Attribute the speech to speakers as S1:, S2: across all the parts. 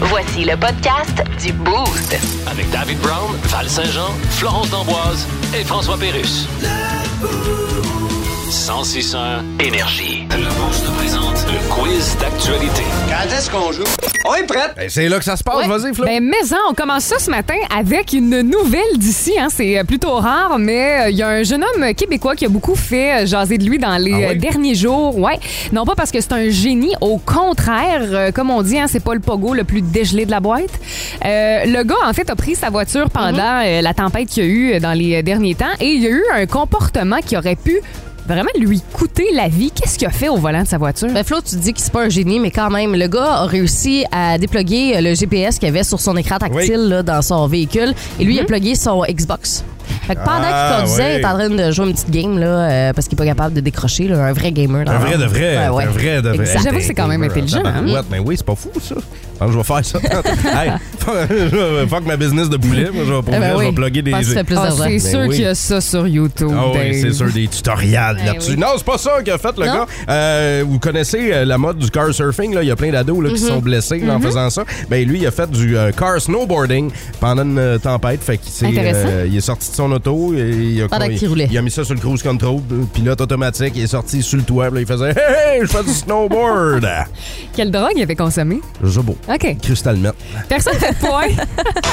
S1: Voici le podcast du Boost.
S2: Avec David Brown, Val Saint-Jean, Florence D'Amboise et François Pérus. 106 énergie. Le Boost présente le quiz d'actualité.
S3: Quand est-ce qu'on joue? On est prête!
S4: Ben, c'est là que ça se passe,
S5: Ouais.
S4: vas-y, Flo.
S5: Ben, mais hein, on commence ça ce matin avec une nouvelle d'ici. hein. C'est euh, plutôt rare, mais euh, il y a un jeune homme québécois qui a beaucoup fait euh, jaser de lui dans les
S4: Ah ouais?
S5: euh, derniers jours. Ouais. Non pas parce que c'est un génie, au contraire, euh, comme on dit, hein, c'est pas le pogo le plus dégelé de la boîte. Euh, le gars, en fait, a pris sa voiture pendant
S4: Mm-hmm.
S5: euh, la tempête qu'il y a eu euh, dans les euh, derniers temps et il y a eu un comportement qui aurait pu vraiment lui coûter la vie. Qu'est-ce qu'il a fait au volant de sa voiture?
S6: Ben Flo, tu dis que c'est pas un génie, mais quand même, le gars a réussi à déploguer le GPS qu'il avait sur son écran tactile là, dans son véhicule. Et lui, il
S5: Hmm?
S6: a plugué son Xbox. Fait que pendant
S4: Ah,
S6: qu'il conduisait,
S4: oui.
S6: il est en train de jouer une petite game là, euh, parce qu'il est pas capable de décrocher. là, un vrai gamer. dans
S4: Un
S6: le
S4: vrai de
S6: monde.
S4: vrai,
S6: Ouais, Ben ouais.
S4: un vrai de vrai.
S6: Exact.
S5: J'avoue que c'est quand même intelligent, hein?
S4: Ouais, mais oui, c'est pas fou ça. Alors, je vais faire ça. hey, fuck- fuck ma business de poulet, moi je vais, pour
S6: Eh ben
S4: vrai, je
S6: oui.
S4: vais plugger des.
S6: Je pense que ça fait plus
S5: Ah,
S6: d'argent.
S5: c'est
S4: Ben
S5: sûr
S4: oui.
S5: qu'il y a ça sur YouTube.
S4: Ah oui,
S5: Dave.
S4: c'est sûr, des tutoriels
S5: Ben
S4: là-dessus.
S5: oui.
S4: Non, c'est pas ça qu'a fait le
S6: Non.
S4: gars. Euh, vous connaissez euh, la mode du car surfing, là. Il y a plein d'ados là, qui se
S5: Mhm.
S4: sont blessés là, en faisant ça. Ben lui, il a fait du euh, car snowboarding pendant une euh, tempête. Fait qu'il s'est,
S5: Intéressant.
S4: euh, il est sorti de son auto. et il a,
S6: Pendant
S4: il,
S6: qu'il roulait.
S4: il a mis ça sur le cruise control, euh, pilote automatique. Il est sorti sur le toit. puis là, il faisait Hey, hey, je fais du snowboard!
S5: Quelle drogue il avait consommé?
S4: Zobo.
S5: OK.
S4: Crystal Met.
S5: Personne ne fait de point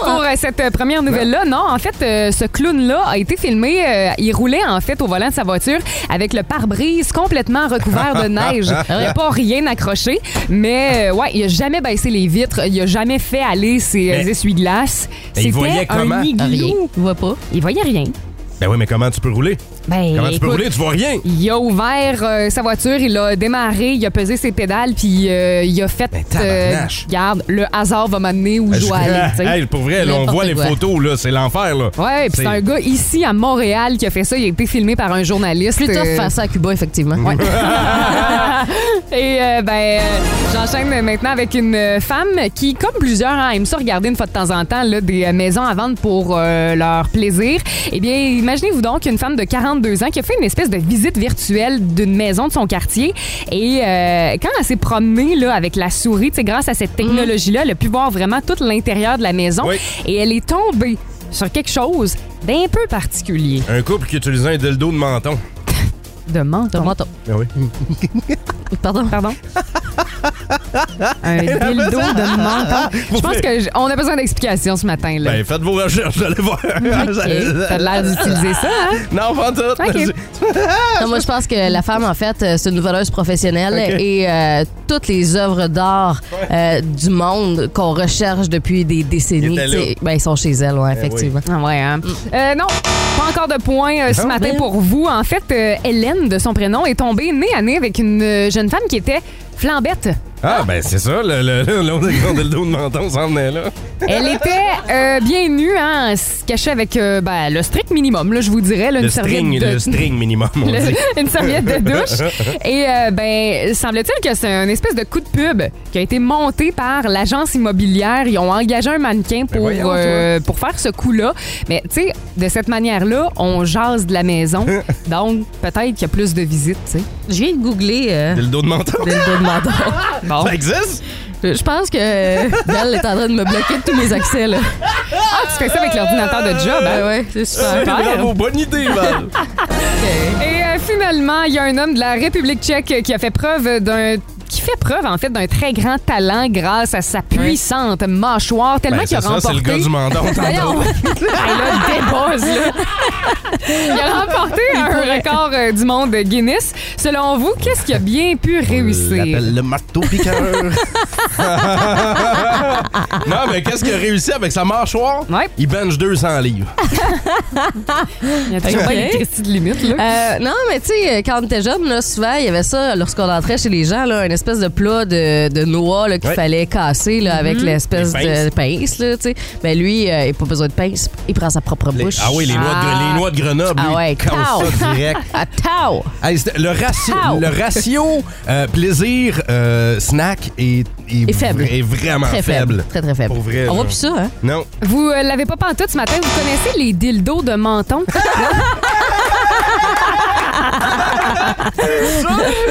S5: pour
S4: hein.
S5: euh, cette euh, première nouvelle-là. Non, en fait, euh, ce clown-là a été filmé. euh, il roulait, en fait, au volant de sa voiture avec le pare-brise complètement recouvert de neige. Il n'y a pas rien accroché, mais euh, ouais, il n'a jamais baissé les vitres. Il n'a jamais fait aller ses euh,
S4: Mais-
S5: essuie-glaces.
S4: Mais il voyait
S5: C'était
S4: comment?
S5: un igloo.
S6: Rien. Tu vois pas.
S5: Il voyait rien.
S4: Ben oui, mais comment tu peux rouler?
S5: Ben,
S4: Comment tu peux
S5: écoute,
S4: rouler? Tu vois rien!
S5: Il a ouvert euh, sa voiture, il a démarré, il a pesé ses pédales, puis euh, il a fait.
S4: Ben, tabarnache. Ben,
S5: regarde, le hasard va m'amener où je dois aller. tu sais.
S4: Hey, pour vrai, là, on
S6: N'importe
S4: voit les
S6: quoi.
S4: photos, là, c'est l'enfer, là.
S5: Ouais, puis c'est un gars ici à Montréal qui a fait ça. Il a été filmé par un journaliste.
S6: Plus tough
S5: euh,
S6: faire ça à Cuba, effectivement.
S5: Et euh, ben, euh, j'enchaîne maintenant avec une euh, femme qui, comme plusieurs, hein, aime ça regarder une fois de temps en temps là, des euh, maisons à vendre pour euh, leur plaisir. Eh bien, imaginez-vous donc une femme de 42 ans qui a fait une espèce de visite virtuelle d'une maison de son quartier. Et euh, quand elle s'est promenée là, avec la souris, tu sais, grâce à cette technologie-là, elle a pu voir vraiment tout l'intérieur de la maison.
S4: Oui.
S5: Et elle est tombée sur quelque chose d'un peu particulier.
S4: Un couple qui utilisait un dildo de menton.
S5: De menton.
S6: Toronto.
S4: Ben oui.
S6: Pardon.
S5: Pardon? un dildo de menton. Je pense que j- on a besoin d'explications ce matin. Là.
S4: Ben, faites vos recherches, vous allez voir.
S5: OK. T'as l'air d'utiliser ça, hein?
S4: non, pas tout.
S5: Ok.
S6: Non, moi, je pense que la femme, en fait, euh, c'est une voleuse professionnelle
S4: Ok.
S6: et euh, toutes les œuvres d'art euh, du monde qu'on recherche depuis des décennies,
S4: Ils étaient là. Eh
S6: tu sais, ben, ils sont chez elle, ouais, effectivement.
S5: Ah ouais, hein? Euh, non, pas encore de point euh, ce
S4: Non,
S5: matin
S6: mais-
S5: pour vous. En fait, euh, Hélène, de son prénom, est tombée nez à nez avec une euh, jeune femme qui était flambette.
S4: Ah, ben, c'est ça, le- le- le- l'autre grand dildo de menton s'en venait là.
S5: Elle était euh, bien nue, hein, se cachait avec euh, ben, le strict minimum, là, je vous dirais. Là,
S4: Le
S5: une serviette
S4: string,
S5: de-
S4: le string minimum, on
S5: Le-
S4: dit.
S5: une serviette de douche. Et euh, ben, semble-t-il que c'est un espèce de coup de pub qui a été monté par l'agence immobilière. Ils ont engagé un mannequin pour,
S4: Ben voyons,
S5: euh, pour faire ce coup-là. Mais tu sais, de cette manière-là, on jase de la maison. Donc, peut-être qu'il y a plus de visites, tu sais.
S6: Je viens de googler euh,
S4: Dildo de menton.
S6: dildo de menton.
S5: Bon.
S4: Ça existe?
S6: Je pense que euh, Val est en train de me bloquer de tous mes accès, là.
S5: Ah, tu fais ça avec l'ordinateur de job, hein?
S4: Ah,
S6: Ben ouais, c'est super.
S4: Bravo, bonne idée, Val.
S5: Et euh, finalement, il y a un homme de la République tchèque qui a fait preuve d'un qui fait preuve en fait d'un très grand talent grâce à sa puissante mâchoire tellement
S4: Ben,
S5: qu'il a
S4: c'est ça,
S5: remporté
S4: c'est le gars du menton.
S5: Voyons! Elle a débose, là. Il a remporté un record euh, du monde de Guinness. Selon vous, qu'est-ce qu'il a bien pu réussir?
S4: l'appelle le marteau piqueur. non, mais qu'est-ce qu'il a réussi avec sa mâchoire?
S5: Ouais.
S4: Il bench 200 livres.
S5: Il y a toujours
S6: Ok.
S5: pas une Christie de limite, là.
S6: Euh, non, mais tu sais, euh, quand on était jeune, là, souvent, il y avait ça lorsqu'on entrait chez les gens, là, une espèce de plat de, de noix là, qu'il
S4: Ouais. Mm-hmm.
S6: fallait casser là, avec l'espèce
S4: Les pinces.
S6: de pince. Là, tu sais. ben lui, euh, il n'a pas besoin de pince, il prend sa propre
S4: Les-
S6: bouche.
S4: ah oui, les, noix de, les noix de Grenoble.
S6: Ah
S4: lui,
S6: ouais,
S4: casse
S6: cow.
S4: ça direct.
S6: Ah, tao!
S4: Hey, c'était- le, ratio,
S6: Ow!
S4: le ratio euh, plaisir euh, snack est, est,
S6: Est faible.
S4: vra- est vraiment
S6: Très faible. Très, très faible.
S4: Pour vrai,
S6: On
S4: là.
S6: voit plus ça, hein?
S4: Non.
S5: Vous euh, l'avez pas pantoute ce matin, vous connaissez les dildos de menton?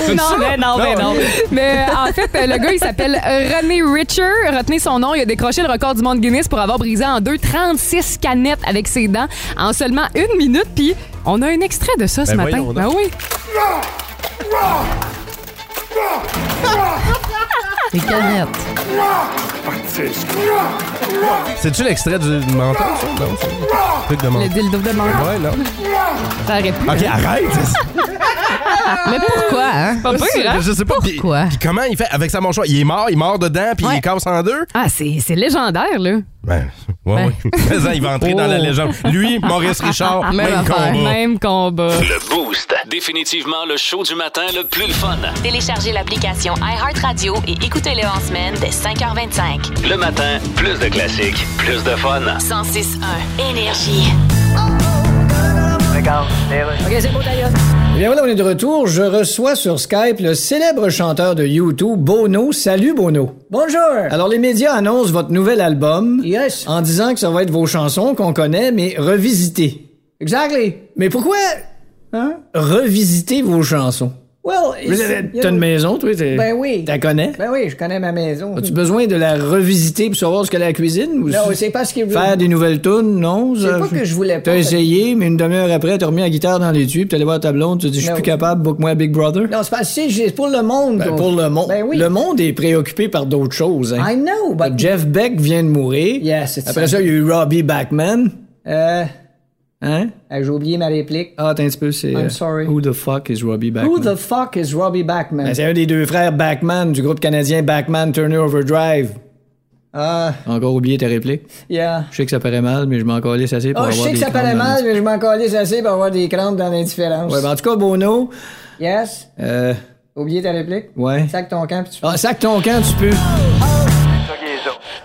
S5: non, mais non, mais non. Mais euh, en fait, euh, le gars, il s'appelle René Richer. Retenez son nom. Il a décroché le record du monde Guinness pour avoir brisé en deux 36 canettes avec ses dents en seulement une minute. Puis on a un extrait de ça ce
S4: Ben
S5: matin.
S4: voyons donc.
S5: Ben oui.
S6: Les canettes.
S4: C'est-tu l'extrait du menton, ça? Non, c'est un truc de
S5: Le
S4: menton.
S5: dildo de mort.
S4: Ouais, non.
S5: Ça arrête plus.
S4: Ok, arrête!
S6: Mais pourquoi, hein?
S5: Pas pire, hein?
S4: Je sais pas. puis-
S6: Pourquoi?
S4: puis comment il fait avec sa mâchoire? Il est mort, il est mort dedans, puis il casse en deux?
S5: Ah, c'est c'est légendaire, là.
S4: Ben, ouais,
S6: Ben.
S4: oui. Mais hein, il va entrer dans
S6: Oh.
S4: la légende. Lui, Maurice Richard,
S6: Même
S4: même,
S6: affaire.
S4: combat.
S5: Même combat.
S2: Le Boost. Définitivement le show du matin le plus le fun.
S1: Téléchargez l'application iHeartRadio et écoutez-le en semaine dès 5h25.
S2: Le matin, plus de classiques, plus de fun.
S1: 106.1 Énergie.
S7: Eh bien voilà, on est de retour. Je reçois sur Skype le célèbre chanteur de YouTube, Bono. Salut Bono. Bonjour. Alors les médias annoncent votre nouvel album. Yes. En disant que ça va être vos chansons qu'on connaît, mais revisitées. Exactly. Mais pourquoi hein? revisiter vos chansons? Well, T'as une maison, toi? Ben oui. T'as connais? Ben oui, je connais ma maison. As-tu besoin de la revisiter pour savoir ce qu'elle a à la cuisine? Ou non, c'est pas ce qu'il veut. Faire des nouvelles tunes, non? C'est pas que je voulais pas. T'as essayé, mais une demi-heure après, t'as remis la guitare dans les tubes, t'es allé voir ta blonde, tu dis, je suis plus capable, book-moi à Big Brother. Ben Non, c'est pas si, c'est pour le monde. pour le monde. Le monde est préoccupé par d'autres choses. Hein. I know, but... Jeff Beck vient de mourir. après ça, il y a eu Robbie Backman. Euh... Hein? J'ai oublié ma réplique. Ah, attends un petit peu, c'est. I'm sorry. Who the fuck is Robbie Backman? Who the fuck is Robbie Backman? hein? Ben, c'est un des deux frères Backman du groupe canadien Backman Turner Overdrive. Ah. Encore oublié ta réplique? Yeah. Je sais que ça paraît mal, mais je m'en calisse assez pour avoir des Ah, je sais que ça paraît mal, mais je m'en calisse assez pour avoir des crampes dans l'indifférence. Ouais, ben en tout cas, Bono. Yes. Euh. Oublié ta réplique? Ouais. Sac ton camp, tu peux. Ah, sac ton camp, tu peux.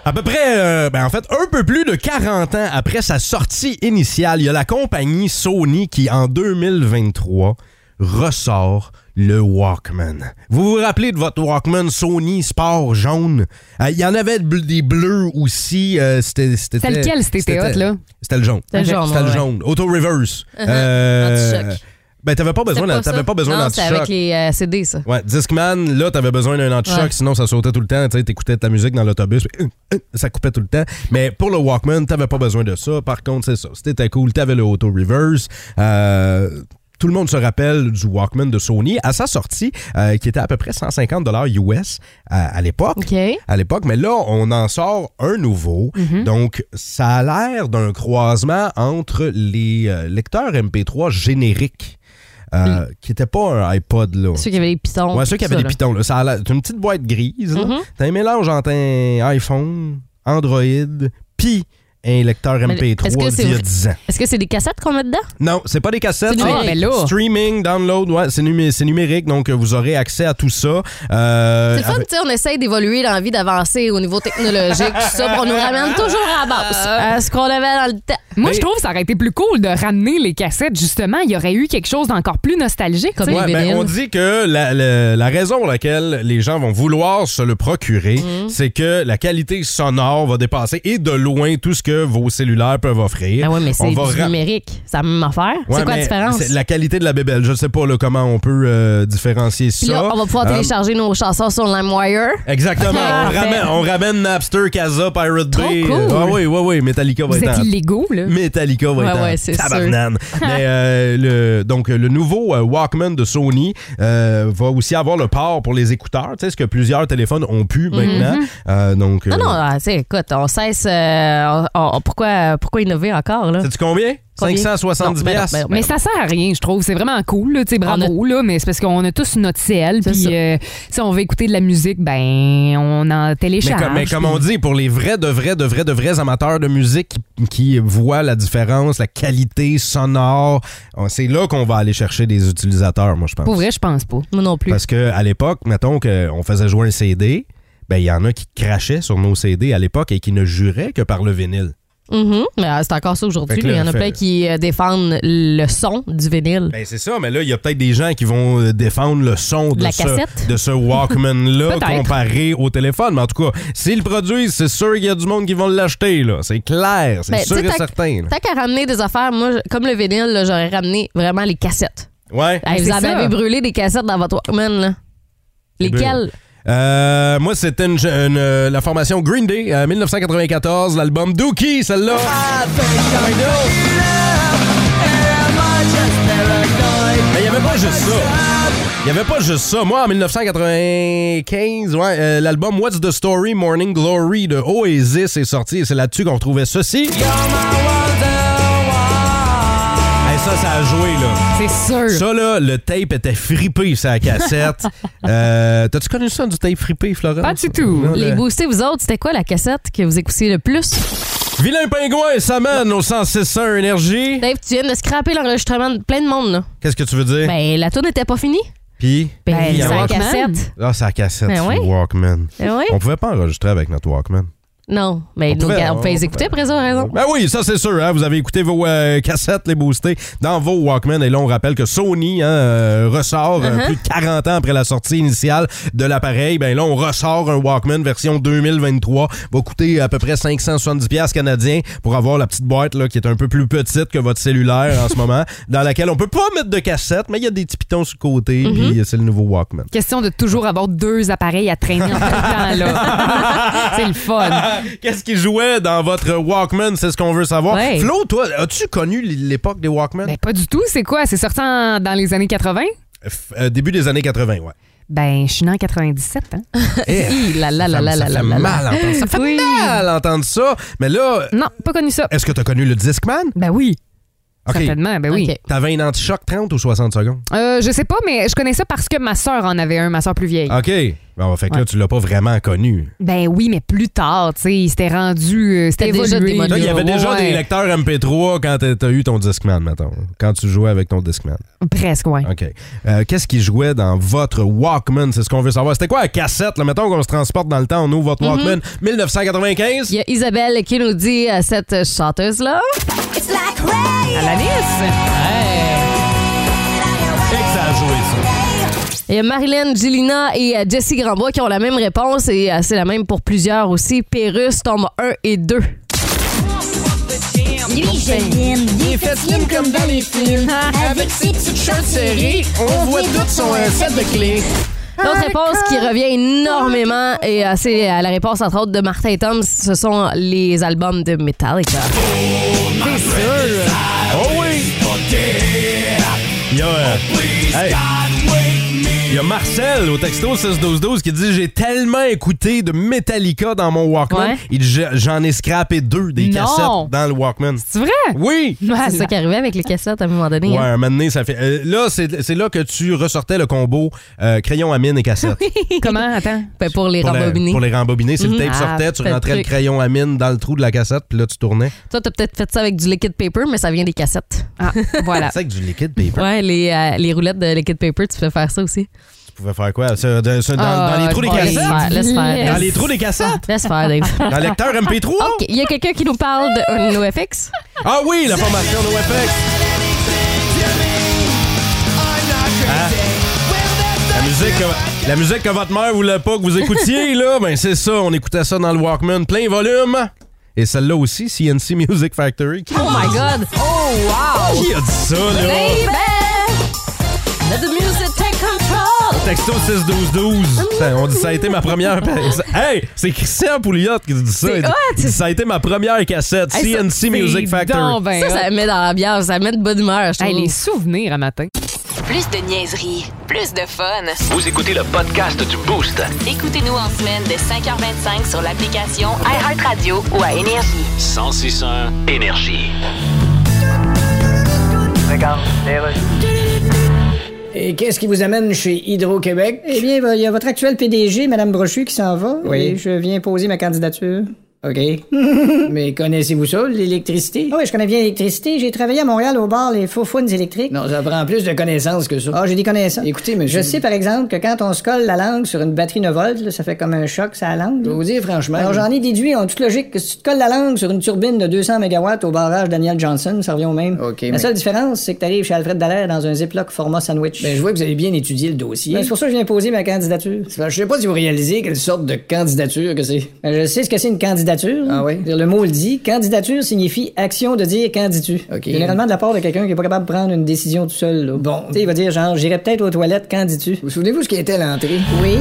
S4: À peu près, euh, ben en fait, un peu plus de 40 ans après sa sortie initiale, il y a la compagnie Sony qui, en 2023, ressort le Walkman. Vous vous rappelez de votre Walkman Sony Sport jaune? Euh, Il y en avait de bl- des bleus aussi. euh, c'était, c'était,
S5: C'était lequel, c'était hot, là?
S4: C'était le jaune.
S6: C'était le jaune,
S4: C'était le
S6: ouais, ouais.
S4: jaune. Auto-reverse.
S6: Anti-choc.
S4: ben, t'avais pas besoin,
S6: C'était
S4: d'un-
S6: pas
S4: t'avais
S6: ça?
S4: pas besoin
S6: Non, c'est
S4: d'anti-choc.
S6: avec les euh, CD, ça.
S4: Ouais, Discman, là, t'avais besoin d'un anti-choc,
S6: Ouais.
S4: sinon ça sautait tout le temps. Tu sais, t'écoutais ta musique dans l'autobus, puis, euh, euh, ça coupait tout le temps. Mais pour le Walkman, t'avais pas besoin de ça. Par contre, c'est ça. C'était cool. T'avais le auto-reverse. Euh, Tout le monde se rappelle du Walkman de Sony à sa sortie, euh, qui était à peu près 150 US euh, à, à l'époque.
S6: OK.
S4: À l'époque, mais là, on en sort un nouveau.
S6: Mm-hmm.
S4: Donc, ça a l'air d'un croisement entre les euh, lecteurs MP3 génériques, euh, qui n'était pas un iPod. Là.
S6: Mm. Ceux qui avaient les pitons.
S4: Ouais, ceux qui avaient
S6: tout
S4: des
S6: Oh, ça, là.
S4: pitons.
S6: Mm-hmm.
S4: là. Ça a l'air- C'est une petite boîte grise. là. T'as un mélange entre un iPhone, Android, puis un lecteur
S6: Mais est-ce que
S4: MP3
S6: c'est
S4: d'il y a
S6: vrai?
S4: 10 ans.
S6: Est-ce que c'est des cassettes qu'on met dedans?
S4: Non, c'est pas des cassettes.
S6: C'est
S4: c'est-
S5: Ah, ben là.
S4: Streaming, download, ouais, c'est numé- c'est numérique, donc euh, vous aurez accès à tout ça. Euh,
S6: C'est le fun,
S4: avec-
S6: tu sais, on essaye d'évoluer dans la vie, d'avancer au niveau technologique, tout ça. puis On nous ramène toujours à la base, à Euh, ce qu'on avait dans le temps.
S5: Moi,
S4: Mais-
S5: je trouve que ça aurait été plus cool de ramener les cassettes, justement. Il y aurait eu quelque chose d'encore plus nostalgique.
S6: Comme
S5: tu sais.
S6: les
S4: Ouais, ben,
S6: vinyles.
S4: on dit que la, la- la raison pour laquelle les gens vont vouloir se le procurer,
S6: Mm-hmm.
S4: c'est que la qualité sonore va dépasser et de loin tout ce que vos cellulaires peuvent offrir.
S6: Ah ouais, mais
S4: On
S6: c'est du
S4: va ra-
S6: numérique. C'est la même affaire.
S4: Ouais,
S6: c'est quoi la
S4: mais
S6: différence?
S4: c'est La qualité de la bébelle. Je sais pas là, comment on peut euh, différencier ça.
S6: Puis là, on va pouvoir
S4: Euh, Eh,
S6: télécharger nos chansons sur LimeWire.
S4: Exactement. on,
S6: Parfait.
S4: ramène, on ramène Napster, Casa, Pirate
S6: Trop
S4: Bay.
S6: cool.
S4: Ah oui, oui, oui. Metallica va
S5: Vous
S4: être
S5: êtes
S4: en-
S5: illégaux, là.
S4: Metallica va
S6: Ouais,
S4: être en
S6: ouais, c'est sûr.
S4: tabarnane. Mais euh, le, donc, le nouveau euh, Walkman de Sony euh, va aussi avoir le port pour les écouteurs, tu sais, ce que plusieurs téléphones ont pu maintenant. Euh, donc,
S6: Mhm. Non,
S4: euh,
S6: non, ah, tu sais, écoute, on cesse. euh, on- on- pourquoi, pourquoi innover encore, là?
S4: Sais-tu combien?
S6: Combien?
S4: 570
S6: Non, ben non,
S4: piastres.
S6: ben non, ben
S5: Mais ça sert à rien, je trouve. C'est vraiment cool, là, tu sais, bravo, là, mais c'est parce qu'on a tous notre ciel.
S6: C'est ça.
S5: Puis, euh, si on veut écouter de la musique, ben, on en
S4: Mais
S5: télécharge.
S4: comme, mais comme on
S5: puis-
S4: dit, pour les vrais, de vrais, de vrais, de vrais amateurs de musique qui, qui voient la différence, la qualité sonore, on- c'est là qu'on va aller chercher des utilisateurs, moi, je pense.
S5: Pour vrai, je pense pas.
S6: Moi non plus.
S4: Parce qu'à l'époque, mettons qu'on faisait jouer un CD, ben il y en a qui crachaient sur nos CD à l'époque et qui ne juraient que par le vinyle.
S6: Mhm. Mais euh, c'est encore ça
S4: Fait
S6: aujourd'hui.
S4: que
S6: là, Il y
S4: là,
S6: en a
S4: fait-
S6: plein qui euh, défendent le son du vinyle.
S4: Ben c'est ça, mais là, il y a peut-être des gens qui vont euh, défendre le son de
S6: La
S4: ce,
S6: cassette.
S4: de ce Walkman-là
S5: Peut-être.
S4: comparé au téléphone. Mais en tout cas, s'ils le produisent, c'est sûr qu'il y a du monde qui vont l'acheter, là. C'est clair, Ah, c'est
S6: Ben,
S4: sûr
S6: tu sais,
S4: et
S6: t'as-
S4: certain. là.
S6: Tant qu'à ramener des affaires, moi, je- comme le vinyle, là, j'aurais ramené vraiment les cassettes.
S4: Ouais.
S6: Hey, vous
S5: C'est
S6: en
S5: ça.
S6: avez brûlé des cassettes dans votre Walkman, là. Lesquelles?
S4: Euh, moi, c'était une, une, euh, la formation Green Day, euh, 1994, l'album Dookie, celle-là. Mais il n'y avait pas juste ça. Il n'y avait pas juste ça. Moi, en 1995, ouais, euh, l'album What's the Story Morning Glory de Oasis est sorti et c'est là-dessus qu'on retrouvait ceci. Hey, ça, ça a joué, là.
S5: C'est sûr.
S4: Ça, là, le tape était fripé sur la cassette. Euh, T'as-tu connu ça, du tape fripé, Florence?
S5: Pas du tout.
S4: Non,
S6: Les
S4: le-
S6: boostés, vous autres, c'était quoi la cassette que vous écoutiez le plus?
S4: Vilain pingouin, ça mène au 106.1 Énergie.
S6: Dave, tu viens de scraper l'enregistrement de plein de monde, là.
S4: Qu'est-ce que tu veux dire?
S6: Ben, la tour n'était pas finie.
S4: Puis...
S6: Ben,
S4: il y a
S6: c'est la
S5: Walkman.
S6: cassette.
S4: Ah, c'est la cassette
S6: Ben
S4: sur
S6: oui.
S4: le Walkman.
S6: Eh oui?
S4: On pouvait pas enregistrer avec notre Walkman.
S6: Non, mais
S4: On
S6: nos
S4: pouvait,
S6: gars, on
S4: on
S6: peut les écouter après ça, raison.
S4: Ben oui, ça c'est sûr. hein. Vous avez écouté vos euh, cassettes, les boostés, dans vos Walkman. Et là, on rappelle que Sony hein, euh, ressort euh,
S6: Uh-huh.
S4: plus de 40 ans après la sortie initiale de l'appareil. Ben là, on ressort un Walkman version 2023. Va coûter à peu près 570 pièces canadiens pour avoir la petite boîte là, qui est un peu plus petite que votre cellulaire en ce moment, dans laquelle on peut pas mettre de cassette, mais il y a des petits pitons sur le côté.
S6: Mm-hmm.
S4: Puis c'est le nouveau Walkman.
S5: Question de toujours avoir deux appareils à traîner en même temps, là. c'est le fun.
S4: Qu'est-ce qui jouait dans votre Walkman? C'est ce qu'on veut savoir.
S6: Ouais.
S4: Flo, toi, as-tu connu l'époque des Walkman?
S5: Ben, pas du tout. C'est quoi? C'est sorti en- dans les années 80?
S4: F- euh, début des années 80, ouais.
S5: Ben, je suis née en 97, hein?
S4: Eh,
S6: Hi, la, la, la,
S4: ça me-
S6: la,
S4: ça
S6: la,
S4: fait
S6: la, la,
S4: mal
S6: la.
S4: entendre ça. fait
S5: Oui.
S4: mal entendre ça. Mais là,
S5: Non, pas connu ça.
S4: est-ce que t'as connu le Discman?
S5: Ben oui.
S4: OK.
S5: Certainement, ben oui.
S6: Ok.
S4: T'avais un anti-choc 30 ou 60 secondes?
S5: Euh, je sais pas, mais je connais ça parce que ma sœur en avait un, ma sœur plus vieille.
S4: OK. Bon, fait que là,
S5: Ouais.
S4: tu l'as pas vraiment connu.
S5: Ben oui, mais plus tard, tu sais, il s'était rendu, euh, c'était
S6: C'était déjà
S5: évolué.
S6: démodé.
S4: Là, il y avait déjà
S5: Ouais.
S4: des lecteurs MP3 quand t'as- t'as eu ton Discman, mettons. Quand tu jouais avec ton Discman.
S5: Presque, ouais.
S4: OK. Euh, Qu'est-ce qui jouait dans votre Walkman? C'est ce qu'on veut savoir. C'était quoi la cassette? Là? Mettons qu'on se transporte dans le temps, on ouvre votre Walkman. 1995?
S6: Il y a Isabelle qui nous dit euh, cette euh, chanteuse-là.
S5: À la nice.
S4: C'est que ça a joué, ça.
S6: Il y a Marilyn Gilina et euh, Jessie Grandbois qui ont la même réponse et euh, c'est la même pour plusieurs aussi. Pérus tombe 1 et 2.
S4: Il fait slim comme dans les films. Avec ses petites shorts serrées, on voit tout son euh, set de clés.
S5: Ah.
S6: L'autre réponse qui revient énormément et euh, c'est euh, la réponse entre autres de Martin et Tom, ce sont les albums de Metallica.
S4: Oh oui! Il y a... euh, hey. Il y a Marcel au texto 61212 qui dit J'ai tellement écouté de Metallica dans mon Walkman,
S6: Ouais.
S4: il- je- j'en ai scrappé deux des
S5: Non.
S4: cassettes dans le Walkman.
S5: C'est vrai?
S4: Oui!
S6: C'est ça qui arrivait avec les cassettes à un moment donné.
S4: Ouais,
S6: hein.
S4: un moment donné, ça fait. euh, là, c'est c'est là que tu ressortais le combo euh, crayon à mine et cassette.
S5: Comment? Attends.
S6: Ben, pour les
S4: Pour, la-
S6: rembobiner.
S4: pour les rembobiner, si le
S6: Mhm.
S4: tape
S6: Ah,
S4: sortait, tu
S6: fait le
S4: rentrais le
S6: truc.
S4: crayon à mine dans le trou de la cassette, puis là, tu tournais.
S6: Toi, t'as peut-être fait ça avec du liquid paper, mais ça vient des cassettes.
S5: Ah, voilà.
S4: C'est avec du liquide paper.
S6: Ouais, les, euh, les roulettes de liquid paper, tu peux faire ça aussi.
S4: Tu pouvais faire quoi? Ça, de- ça, dans,
S5: Ah,
S4: dans les trous des
S5: bon,
S6: Laisse
S4: cassettes?
S6: faire, laisse faire.
S5: Yes.
S4: Dans
S6: Dave.
S4: les trous des cassettes?
S6: Laisse faire, Dave.
S4: Dans le lecteur MP3?
S6: OK, il y a quelqu'un qui nous parle de NoFX.
S4: Ah oui, la formation de WebEx. Hein?
S5: Ah.
S4: La musique, que, la musique que votre mère voulait pas que vous écoutiez, là, ben c'est ça, on écoutait ça dans le Walkman, plein volume. Et celle-là aussi, CNC Music Factory. Qui,
S6: Oh my God! Oh wow!
S4: qui a dit ça, là?
S6: Baby! Let the music take control!
S4: Texto 61212. Ça, On dit ça a été ma première. Hey, c'est Christian Pouliot qui dit ça.
S6: C'est
S4: Il dit-
S6: hot!
S4: il dit, ça a été ma première cassette,
S6: Hey, ça,
S4: CNC Music
S5: C'est
S4: Factory.
S5: donc ben
S6: Ça, ça met dans l'ambiance, ça met de bonne humeur, je
S5: hot. Hey,
S6: trouve.
S5: les souvenirs à matin.
S1: Plus de niaiserie, plus de fun.
S2: Vous écoutez le podcast du Boost.
S1: Écoutez-nous en semaine de 5h25 sur l'application iHeartRadio ou à Énergie.
S2: 1061 Énergie.
S8: Ben,
S7: Et qu'est-ce qui vous amène chez Hydro-Québec?
S8: Eh bien, il y a votre actuel PDG, Madame Brochu, qui s'en va.
S7: Oui.
S8: Et je viens poser ma candidature.
S7: OK. Mais connaissez-vous ça, l'électricité?
S8: Ah oui, je connais bien l'électricité. J'ai travaillé à Montréal au bar Les Faufounes électriques.
S7: Non, ça prend plus de connaissances que ça.
S8: Ah, j'ai des connaissances.
S7: Écoutez, monsieur.
S8: Je sais, par exemple, que quand on se colle la langue sur une batterie 9 volts, là, ça fait comme un choc, ça langue.
S7: Je vais
S8: là.
S7: vous dire franchement.
S8: Alors, j'en ai déduit en toute logique que si tu te colles la langue sur une turbine de 200 MW au barrage Daniel Johnson, ça revient au même.
S7: OK,
S8: la
S7: mais-
S8: seule différence, c'est que t'arrives chez Alfred Dallaire dans un Ziploc format sandwich.
S7: Ben, je vois que vous avez bien étudié le dossier.
S8: Ben, c'est pour ça que je viens poser ma candidature.
S7: Je sais pas si vous réalisez quelle sorte de candidature que c'est.
S8: Ben, Je sais ce que c'est une candidature. candidature.
S7: Ah oui?
S8: Dire, Le mot le dit. Candidature signifie action de dire quand dis-tu.
S7: OK.
S8: Généralement de la part de quelqu'un qui est pas capable de prendre une décision tout seul. là.
S7: Bon.
S8: Tu sais, il va dire genre, j'irai peut-être aux toilettes quand dis-tu.
S7: Vous souvenez-vous ce qui était à l'entrée?
S8: Oui.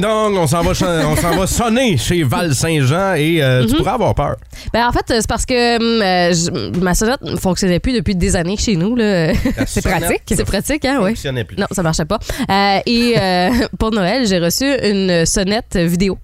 S4: Donc, on s'en va, chan- on s'en va sonner chez Val Saint-Jean et euh,
S6: Mhm.
S4: tu pourras avoir peur.
S6: Ben, en fait, euh, c'est parce que hum, euh, je- ma sonnette ne fonctionnait plus depuis des années chez nous. là.
S4: C'est
S5: pratique.
S6: C'est pratique, hein, oui.
S4: fonctionnait plus.
S6: Non, ça marchait pas. Euh, et euh, pour Noël, j'ai reçu une sonnette vidéo.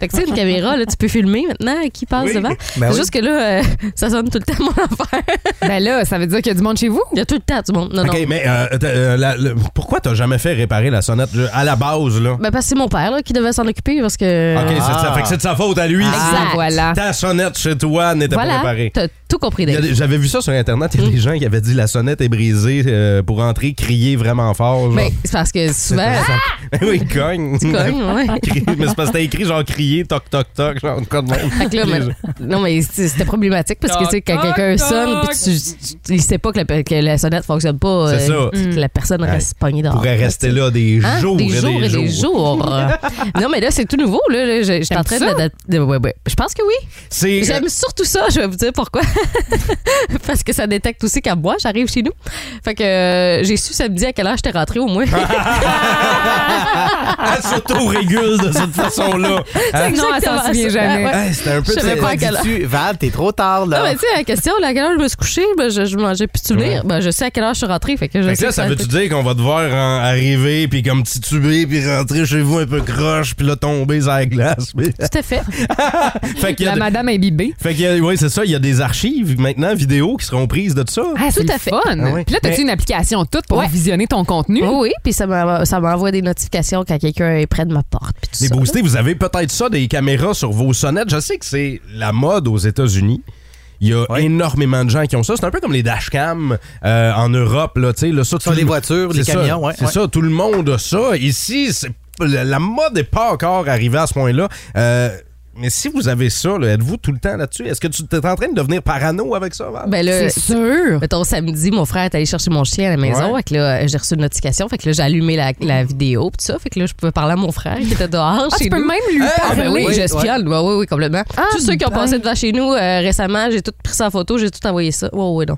S6: Fait que tu sais, une caméra, là, tu peux filmer maintenant euh, qui passe
S4: Oui.
S6: devant.
S4: Ben
S6: C'est
S4: oui.
S6: Juste que là, euh, ça sonne tout le temps mon affaire.
S5: Ben là, ça veut dire qu'il y a du monde chez vous?
S6: Il y a tout le temps du monde. Non,
S4: OK,
S6: non.
S4: mais euh, t'as, euh, la- le- pourquoi t'as jamais fait réparer la sonnette je- à la base, là?
S6: Ben, parce que c'est mon père là, qui devait s'en occuper parce que.
S4: OK, c'est- ça fait que c'est de sa faute à lui.
S6: Ben, euh, Ah,
S5: Ah, voilà.
S4: Ta sonnette chez toi n'était pas
S6: Voilà,
S4: réparée.
S6: t'as Mhm. tout compris
S4: Il y a
S6: Dave.
S4: des- J'avais vu ça sur Internet, il y a des gens qui avaient dit la sonnette est brisée euh, pour entrer, crier vraiment fort. genre.
S6: Ben, c'est parce que souvent,
S4: Ça- oui, il cogne.
S6: tu cognes, ouais.
S4: Crier- Mais c'est parce que t'as écrit genre crier, toc, toc, toc, genre de quoi de même.
S6: Fait que là, ben, mais- non, mais c'est- c'était problématique parce que, tu sais, quand
S5: Toc,
S6: quelqu'un
S5: toc.
S6: sonne, puis tu, tu- il sait pas que la, que la sonnette fonctionne pas.
S4: C'est
S6: euh,
S4: ça.
S6: que La personne reste pognée dehors.
S4: pourrait rester là des
S6: Hein?
S4: jours
S6: des
S4: et
S6: jours et des jours. non, mais là, c'est tout nouveau. Là, là. Je, je suis en
S5: T'aimes
S6: train
S5: ça?
S6: de, de- de- ouais, ouais. Je pense que oui.
S4: C'est euh,
S6: J'aime surtout ça. Je vais vous dire pourquoi. parce que ça détecte aussi qu'à moi, j'arrive chez nous. Fait que euh, j'ai su samedi à quelle heure j'étais rentrée au moins.
S4: Elle s'auto-régule de cette façon-là. Hein?
S5: Ah, non, elle s'en
S6: exactement
S5: souvient
S6: ça.
S5: jamais.
S6: Ouais.
S4: Hey, C'était un peu
S6: Je savais
S4: très-
S6: pas à quelle heure.
S9: Dis-tu, Val, t'es trop tard,
S6: Non,
S9: là.
S6: mais tu sais, la question, là, à quelle heure je me suis couchée, ben, je, je mangeais plus de souvenirs. Ben, je sais à quelle heure je suis rentrée. Fait que je
S4: Fait que
S6: sais
S4: là,
S6: que
S4: ça
S6: ça-
S4: veut-tu dire qu'on va te voir en- arriver, puis comme tituber, puis rentrer chez vous un peu croche, puis là, tomber sur la glace? puis-
S6: Tout à fait.
S4: fait qu'il y
S5: La
S4: a, de-
S5: madame imbibée.
S4: fait qu'il y a- ouais, c'est ça, il y a des archives maintenant, vidéos, qui seront prises de ça.
S5: Ah,
S6: Tout
S5: c'est
S6: à
S5: le
S6: fait.
S5: fun.
S4: Ah oui.
S5: Puis là, t'as-tu
S4: Mais-
S5: une application toute pour
S6: Ouais.
S5: visionner ton contenu?
S6: Oui, oui, puis ça m'envoie ça m'envoie des notifications quand quelqu'un est près de ma porte. Puis tout
S4: Les
S6: ça,
S4: boostés, vous avez peut-être ça, des caméras sur vos sonnettes. Je sais que c'est la mode aux États-Unis. Il y a énormément de gens qui ont ça. C'est un peu comme les dashcams euh, en Europe. Là, tu sais, là, ça,
S9: Sur
S4: tout
S9: les
S4: le-
S9: voitures, les
S4: C'est ça,
S9: camions, ouais,
S4: C'est
S9: ouais.
S4: ça, tout le monde a ça. Ici, c'est- la la mode n'est pas encore arrivée à ce point-là. Euh, mais si vous avez ça, là, êtes-vous tout le temps là-dessus? Est-ce que tu t'es en train de devenir parano avec ça, Val?
S6: Ben là,
S5: C'est sûr.
S6: mettons, samedi, mon frère est allé chercher mon chien à la maison.
S4: Ouais.
S6: Fait que là, j'ai reçu une notification. Fait que là, j'ai allumé la, la vidéo. Puis tout ça. Fait que là, je pouvais parler à mon frère qui était dehors.
S5: Mm. Ah,
S6: chez
S5: tu peux
S6: nous.
S5: même lui
S6: Ah,
S5: parler.
S6: ben oui, j'espionne. Ouais, oui, oui, complètement.
S5: Ah,
S6: Tous ceux qui ont
S5: ben.
S6: passé devant chez nous euh, récemment, j'ai tout pris ça en photo, j'ai tout envoyé ça. Ouais, ouais, non.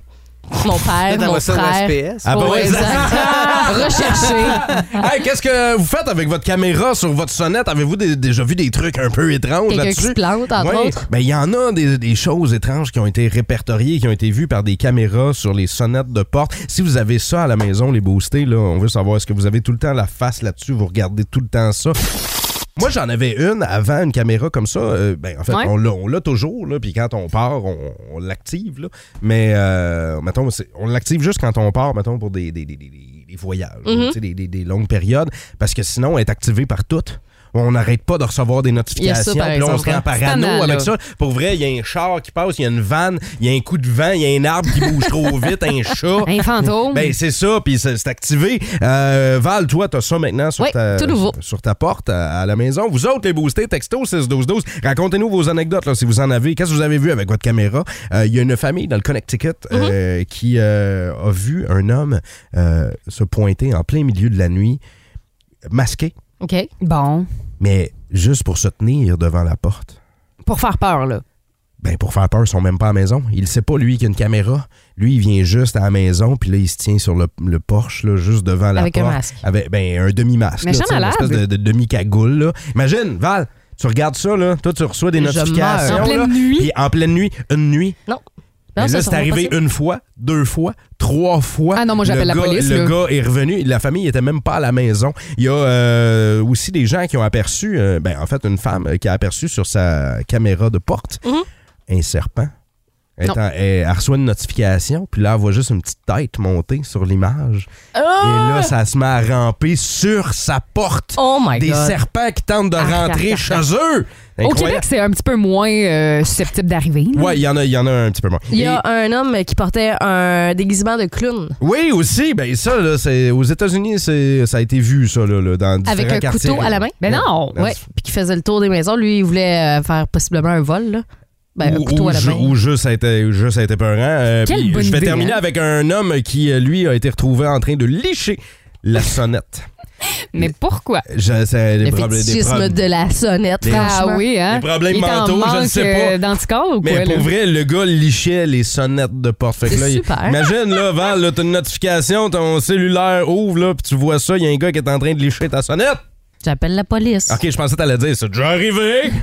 S6: Mon père, mon
S9: T'envoies ça au
S6: frère.
S9: SPS.
S4: Ah, bah
S6: Ouais,
S4: ouais,
S6: exact.
S5: Ah
S6: Recherché.
S4: Hey, Qu'est-ce que vous faites avec votre caméra sur votre sonnette? Avez-vous des- déjà vu des trucs un peu étranges
S6: Quelqu'un qui
S4: là-dessus?
S6: se plante, entre
S4: Ouais.
S6: autres.
S4: Ben, il y en a des, des choses étranges qui ont été répertoriées, qui ont été vues par des caméras sur les sonnettes de porte. Si vous avez ça à la maison, les boostés, là, on veut savoir est-ce que vous avez tout le temps la face là-dessus, vous regardez tout le temps ça. Moi, j'en avais une avant, une caméra comme ça. Euh, ben, en fait,
S5: Ouais.
S4: on l'a- on l'a toujours, là, puis quand on part, on, on l'active. là. Mais, euh, mettons, c'est- on l'active juste quand on part, mettons, pour des, des- des- des- des- des voyages,
S6: Mhm.
S4: tu sais, des, des- des longues périodes, parce que sinon, elle est activée par toutes. On n'arrête pas de recevoir des notifications.
S6: par
S4: puis là, on
S6: exemple,
S4: se rend
S6: hein.
S4: parano
S5: Tannant,
S4: avec
S5: là.
S4: ça. Pour vrai, il y a un char qui passe, il y a une vanne, il y a un coup de vent, il y a un arbre qui bouge trop vite, un chat.
S5: Un fantôme.
S4: Ben, c'est ça, puis c'est c'est activé. Euh, Val, toi, t'as ça maintenant sur,
S6: Oui,
S4: ta,
S6: tout nouveau.
S4: sur- sur ta porte à, à la maison. Vous autres, les boostés, texto 6-12-12, racontez-nous vos anecdotes là, si vous en avez. Qu'est-ce que vous avez vu avec votre caméra? Euh, Il y a une famille dans le Connecticut euh,
S6: Mm-hmm.
S4: qui euh, a vu un homme euh, se pointer en plein milieu de la nuit, masqué,
S6: OK.
S5: bon.
S4: mais juste pour se tenir devant la porte.
S5: Pour faire peur, là.
S4: Ben, pour faire peur, ils sont même pas à la maison. Il sait pas, lui, qu'il y a une caméra. Lui, il vient juste à la maison, puis là, il se tient sur le, le porche, là, juste devant la
S6: Avec un
S4: porte.
S6: masque.
S4: Avec ben, un demi-masque. là,
S5: Méchant
S4: tu sais, Une
S5: malade.
S4: espèce de, de demi-cagoule, là. Imagine, Val, tu regardes ça, là. Toi, tu reçois des
S6: Je
S4: notifications.
S6: meurs.
S5: En pleine
S4: là,
S5: nuit?
S4: puis en pleine nuit, une nuit.
S6: Non.
S4: Mais
S6: Non,
S4: là,
S6: ça
S4: c'est
S6: sera
S4: arrivé
S6: pas
S4: une fois, deux fois, trois fois.
S5: Ah non, moi,
S4: Le
S5: j'appelle la
S4: gars-
S5: police,
S4: Le
S5: là.
S4: gars est revenu. La famille était même pas à la maison. Il y a euh, aussi des gens qui ont aperçu, euh, ben, en fait, une femme euh, qui a aperçu sur sa caméra de porte un serpent. Elle, est
S5: Mhm. Non.
S4: en- elle- elle reçoit une notification, puis là, elle voit juste une petite tête monter sur l'image.
S5: Ah!
S4: Et là, ça se met à ramper sur sa porte.
S6: Oh my
S4: des
S6: God.
S4: serpents qui tentent de
S5: Arc,
S4: rentrer
S5: arc,
S4: chez eux.
S5: Au
S4: Incroyable.
S5: Québec, c'est un petit peu moins euh, susceptible d'arriver. là.
S4: Ouais, il y, en a- il y en a un petit peu moins.
S6: Il y
S4: Et-
S6: a un homme qui portait un déguisement de clown.
S4: Oui, aussi. Ben ça, là, c'est aux États-Unis, c'est ça a été vu ça là, là, dans différents
S6: Avec un
S4: quartiers.
S6: couteau à la main?
S5: Mais
S6: Ben
S5: non!
S4: Non,
S6: Ouais,
S4: c'est-
S6: puis qui faisait le tour des maisons. Lui, il voulait euh, faire possiblement un vol, là. Ben, un
S4: ou,
S6: couteau
S4: ou
S6: à la
S4: ju-
S6: main.
S4: ou juste ça a été, juste ça a été peurant. Euh,
S5: Quelle
S4: puis
S5: bonne
S4: je vais
S5: idée,
S4: terminer
S5: hein?
S4: avec un homme qui, euh, lui, a été retrouvé en train de licher la sonnette.
S5: Mais pourquoi?
S4: Je, c'est des
S6: Le
S4: problèmes. des
S6: fétichisme
S4: problèmes-
S6: de la sonnette,
S5: Ah
S6: franchement.
S5: oui, hein?
S4: Des problèmes
S5: Il t'en
S4: mentaux, je ne
S5: manque,
S4: sais pas.
S5: euh,
S6: Ah,
S5: d'anticorps ou quoi?
S4: Mais pour
S5: là?
S4: vrai, le gars lichait les sonnettes de porte. Fait que
S6: C'est
S4: là, il-
S6: super.
S4: Imagine, là, Val, là, t'as une notification, ton cellulaire ouvre, là, puis tu vois ça, il y a un gars qui est en train de licher ta sonnette.
S6: J'appelle la police.
S4: OK, je pensais que t'allais dire, c'est déjà arrivé.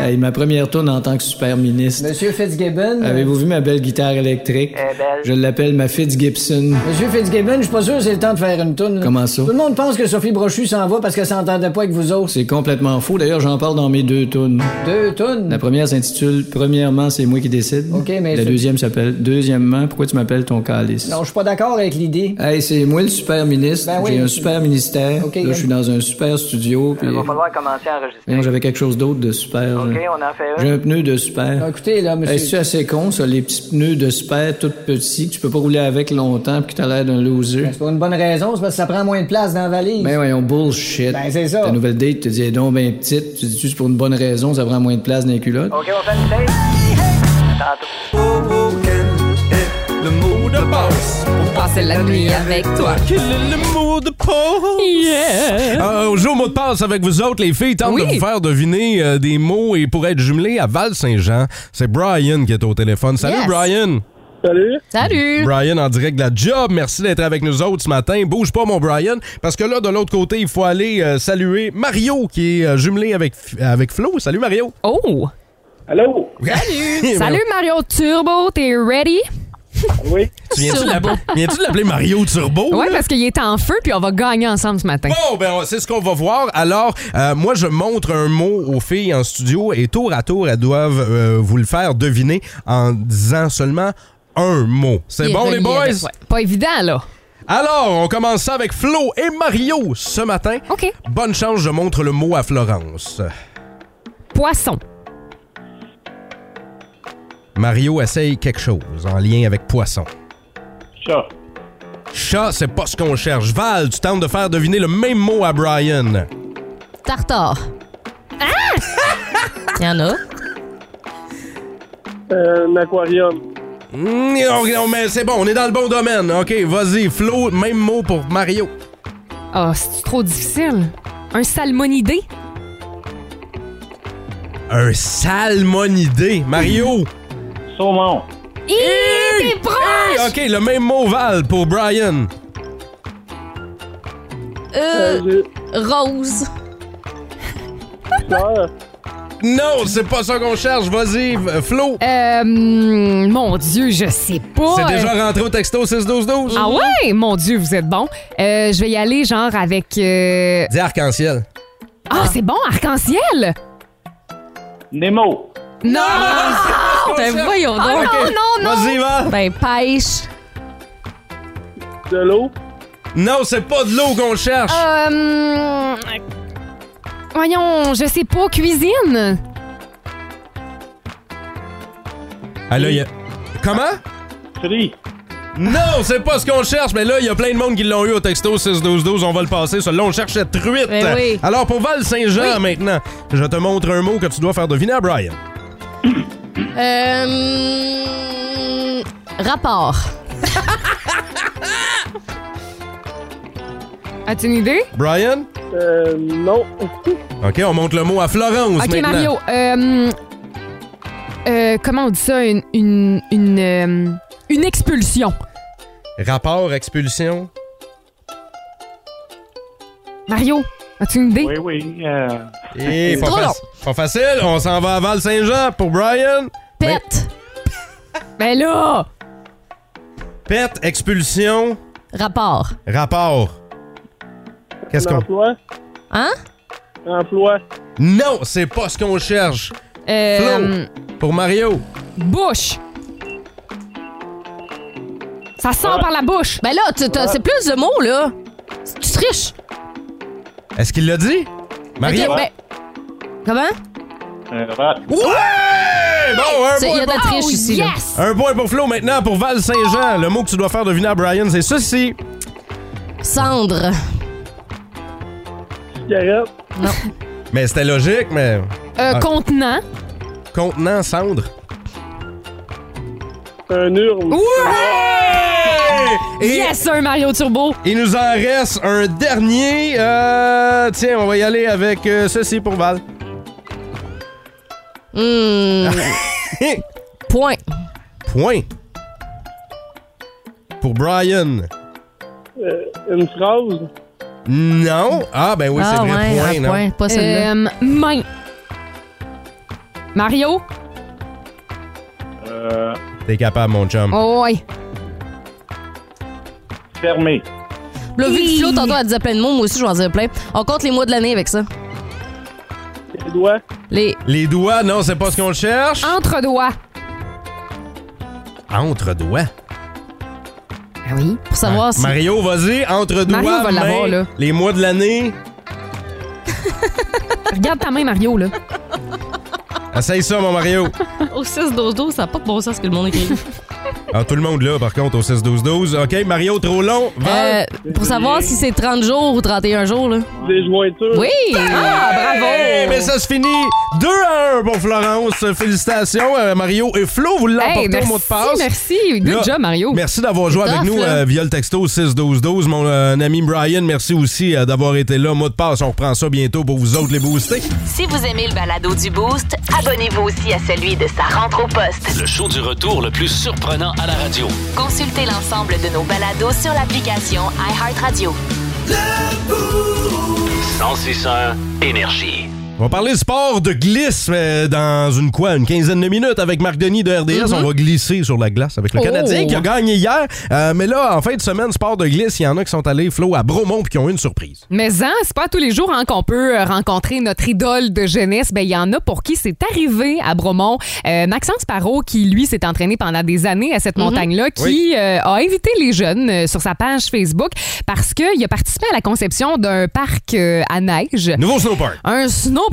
S7: Hey, ma première tourne en tant que super ministre.
S8: Monsieur Fitzgibbon.
S7: Avez-vous vu ma belle guitare électrique?
S9: Eh, belle.
S7: Je l'appelle ma Fitz Gibson.
S8: Monsieur Fitzgibbon, je suis pas sûr que c'est le temps de faire une toune. là.
S7: Comment ça?
S8: Tout le monde pense que Sophie Brochu s'en va parce qu'elle s'entendait pas avec vous autres.
S7: C'est complètement faux. D'ailleurs, j'en parle dans mes deux tunes.
S8: Deux tounes.
S7: La première s'intitule Premièrement, c'est moi qui décide.
S8: Ok, mais
S7: La
S8: c'est-
S7: deuxième s'appelle Deuxièmement, pourquoi tu m'appelles ton calice?
S8: Non, je suis pas d'accord avec l'idée.
S7: Hey, c'est moi le super ministre.
S8: Ben oui.
S7: J'ai un super ministère.
S8: Ok,
S7: Là, je suis dans un super studio. Puis...
S9: Il va falloir commencer à enregistrer.
S7: Voyons, j'avais quelque chose d'autre de super.
S9: OK,
S7: là.
S9: on en fait
S7: J'ai
S9: un.
S7: un pneu de super.
S8: Ah, Écoutez, là, monsieur.
S7: Est-ce que c'est assez con, ça, les petits pneus de super tout petits que tu peux pas rouler avec longtemps puis que t'as l'air d'un loser?
S8: Ben, C'est pour une bonne raison, c'est parce que ça prend moins de place dans la valise.
S7: Ben voyons, bullshit.
S8: Ben, c'est ça.
S7: Ta nouvelle date, tu dis, donc ben petite, tu dis, tu c'est pour une bonne raison, ça prend moins de place dans les culottes.
S9: OK, on fait une tape. Tantôt.
S4: Le mot de passe.
S6: Passer la nuit avec toi.
S4: Quel est le mot de passe?
S5: Yeah!
S4: Euh, on joue Oh. au mot de passe avec vous autres, les filles. Tente
S5: Oui.
S4: de vous faire deviner euh, des mots et pour être jumelé à Val-Saint-Jean, c'est Brian qui est au téléphone. Salut,
S6: Yes.
S4: Brian.
S6: Salut!
S4: Brian en direct de la job. Merci d'être avec nous autres ce matin. Bouge pas, mon Brian, parce que là, de l'autre côté, il faut aller euh, saluer Mario qui est euh, jumelé avec, avec Flo. Salut, Mario.
S5: Oh!
S4: Salut.
S5: Salut Mario Turbo, t'es ready?
S4: Tu viens-tu de l'appeler- viens-tu de l'appeler Mario Turbo?
S5: Ouais,
S4: là?
S5: parce qu'il est en feu, puis on va gagner ensemble ce matin.
S4: Bon, ben, on- c'est ce qu'on va voir. Alors, euh, moi, je montre un mot aux filles en studio et tour à tour, elles doivent euh, vous le faire deviner en disant seulement un mot. C'est
S5: Il est
S4: bon, les
S5: relié
S4: boys?
S5: avec- ouais. Pas évident, là.
S4: Alors, on commence ça avec Flo et Mario ce matin.
S5: OK.
S4: Bonne chance, je montre le mot à Florence.
S5: Poisson.
S4: Mario essaye quelque chose en lien avec poisson. Chat. Chat, c'est pas ce qu'on cherche. Val, tu tentes de faire deviner le même mot à Brian.
S6: Tartare. Ah! Il y en a.
S10: Euh,
S4: Mm, on- on- mais c'est bon, on est dans le bon domaine. OK, vas-y, Flo, même mot pour Mario.
S5: Ah, c'est trop difficile. Un salmonidé.
S4: Un salmonidé. Mario.
S5: Hi, t'es proche!
S4: OK, le même mot Val pour Brian.
S6: Euh, rose.
S4: Non, Oh, c'est pas ça qu'on cherche. Vas-y, euh, Flo.
S5: Euh, hum, mon Dieu, je sais pas.
S4: C'est
S5: Euh,
S4: déjà rentré au texto 6-12-12.
S5: Ah ouais? Mon Dieu, vous êtes bon. Euh, je vais y aller, genre, avec... euh,
S4: Dis arc-en-ciel.
S5: Ah, c'est bon, arc-en-ciel!
S10: Nemo.
S5: Non!
S6: Ben
S4: OK.
S6: voyons donc.
S5: Ah non, non, non!
S4: Vas-y, Val.
S6: Ben pêche.
S10: De l'eau.
S4: Non, c'est pas de l'eau qu'on cherche.
S5: Euh, Voyons, je sais pas, cuisine.
S4: Ah, là, il y a- Comment?
S10: Tri.
S4: Non, c'est pas ce qu'on cherche, mais là, il y a plein de monde qui l'ont eu au texto 6-12-12. On va le passer. Celui-là, on cherche cette truite.
S6: Ben oui.
S4: Alors, pour Val Saint-Jean, maintenant, je te montre un mot que tu dois faire deviner à Brian.
S6: Euh, rapport.
S5: As-tu une idée?
S4: Brian?
S10: Euh, non.
S4: OK, on montre le mot à Florence
S5: Ok,
S4: maintenant.
S5: Mario. Euh, euh, comment on dit ça? Une. Une, une, euh, une expulsion.
S4: Rapport, expulsion.
S5: Mario, as-tu une idée?
S10: Oui, oui. Euh,
S4: Et Eh, pas,
S6: trop
S4: faci- pas facile. On s'en va à Val Saint-Jean pour Brian.
S6: Pète.
S5: Ben là!
S4: Pète, expulsion,
S6: Rapport.
S4: rapport. Qu'est-ce qu'on.
S10: emploi.
S6: Hein?
S10: Emploi.
S4: Non, c'est pas ce qu'on cherche.
S5: Euh,
S4: Pour Mario.
S5: bouche. Ça sort par la bouche.
S6: Ben là, tu- t'as- c'est plus de mots, là. Tu triches.
S4: Est-ce
S5: ben-
S4: qu'il l'a dit? Mario?
S6: Ok, ben- Comment?
S10: Un rat.
S4: Ouais! bon, un
S6: C'est-
S4: point
S6: il y a de la
S4: pour-
S6: triche ici, là.
S4: Un point pour Flo maintenant pour Val Saint-Jean. Le mot que tu dois faire deviner à Brian, c'est ceci.
S6: Cendre.
S10: Cigarette.
S6: Non.
S4: Mais c'était logique, mais.
S5: Euh,
S4: Ah,
S5: Contenant.
S4: Contenant cendre.
S10: Un urne.
S4: Et
S5: Yes, un Mario Turbo.
S4: il nous en reste un dernier. Euh, tiens, on va y aller avec euh, ceci pour Val.
S6: Hmm, point.
S4: Point. Pour Brian.
S10: Euh, une phrase.
S4: Non. Ah, ben oui,
S6: ah,
S4: c'est vrai.
S6: ouais,
S4: point,
S6: un
S4: non.
S6: point. Pas celle-là.
S5: Euh, main. Mario.
S10: Euh,
S4: T'es capable, mon chum.
S5: Oh, ouais.
S10: fermée.
S6: Là, vu que
S5: Hi.
S6: Flo, tantôt, elle disait plein de mots, moi aussi, je vais en dire plein. On compte les mois de l'année avec ça.
S10: Les doigts.
S6: Les.
S4: Les doigts, non, c'est pas ce qu'on cherche.
S5: Entre doigts.
S4: Entre doigts.
S6: Ah oui. Pour savoir si.
S4: Mario, vas-y, entre doigts.
S5: Mario va
S4: main,
S5: l'avoir, là.
S4: Les mois de l'année.
S5: Regarde ta main, Mario, là.
S4: Essaye ça, mon Mario.
S6: Au 6-12-12, ça n'a pas de bon sens que le monde écrit.
S4: Ah, tout le monde là, par contre, au 6-12-12. OK, Mario, trop long. Val.
S6: Euh, pour savoir si c'est 30 jours ou 31 jours, là.
S10: Des jointures.
S6: Oui! Ah, bravo!
S4: Eh, mais ça se finit 2 à 1 pour Florence. Félicitations, euh, Mario et Flo, vous l'emportez
S5: Hey,
S4: au
S5: merci,
S4: mot de passe.
S5: merci. Good
S4: Là,
S5: job, Mario.
S4: Merci d'avoir joué avec
S6: tough,
S4: nous
S6: là.
S4: euh, via le texto 6-12-12. Mon euh, ami Brian, merci aussi euh, d'avoir été là. Mot de passe, on reprend ça bientôt pour vous autres les booster.
S1: Si vous aimez le balado du Boost, abonnez-vous aussi à celui de sa rentre au poste.
S2: Le show du retour le plus surprenant à la radio.
S1: Consultez l'ensemble de nos balados sur l'application iHeartRadio.
S2: 1061 Énergie.
S4: On va parler sport de glisse euh, dans une quoi, une quinzaine de minutes avec Marc Denis de RDS.
S5: Mm-hmm.
S4: On va glisser sur la glace avec le
S6: Oh.
S4: Canadien qui a gagné hier. Euh, mais là, en fin de semaine, sport de glisse, il y en a qui sont allés, Flo, à Bromont puis qui ont eu une surprise.
S5: Mais hein, c'est pas tous les jours hein, qu'on peut euh, rencontrer notre idole de jeunesse. Ben il y en a pour qui c'est arrivé à Bromont. Euh, Maxence Parot, qui lui s'est entraîné pendant des années à cette montagne-là, qui
S4: Mhm. Oui.
S5: euh, a invité les jeunes euh, sur sa page Facebook parce qu'il a participé à la conception d'un parc euh, à neige.
S4: Nouveau snowpark.
S5: Un snowpark,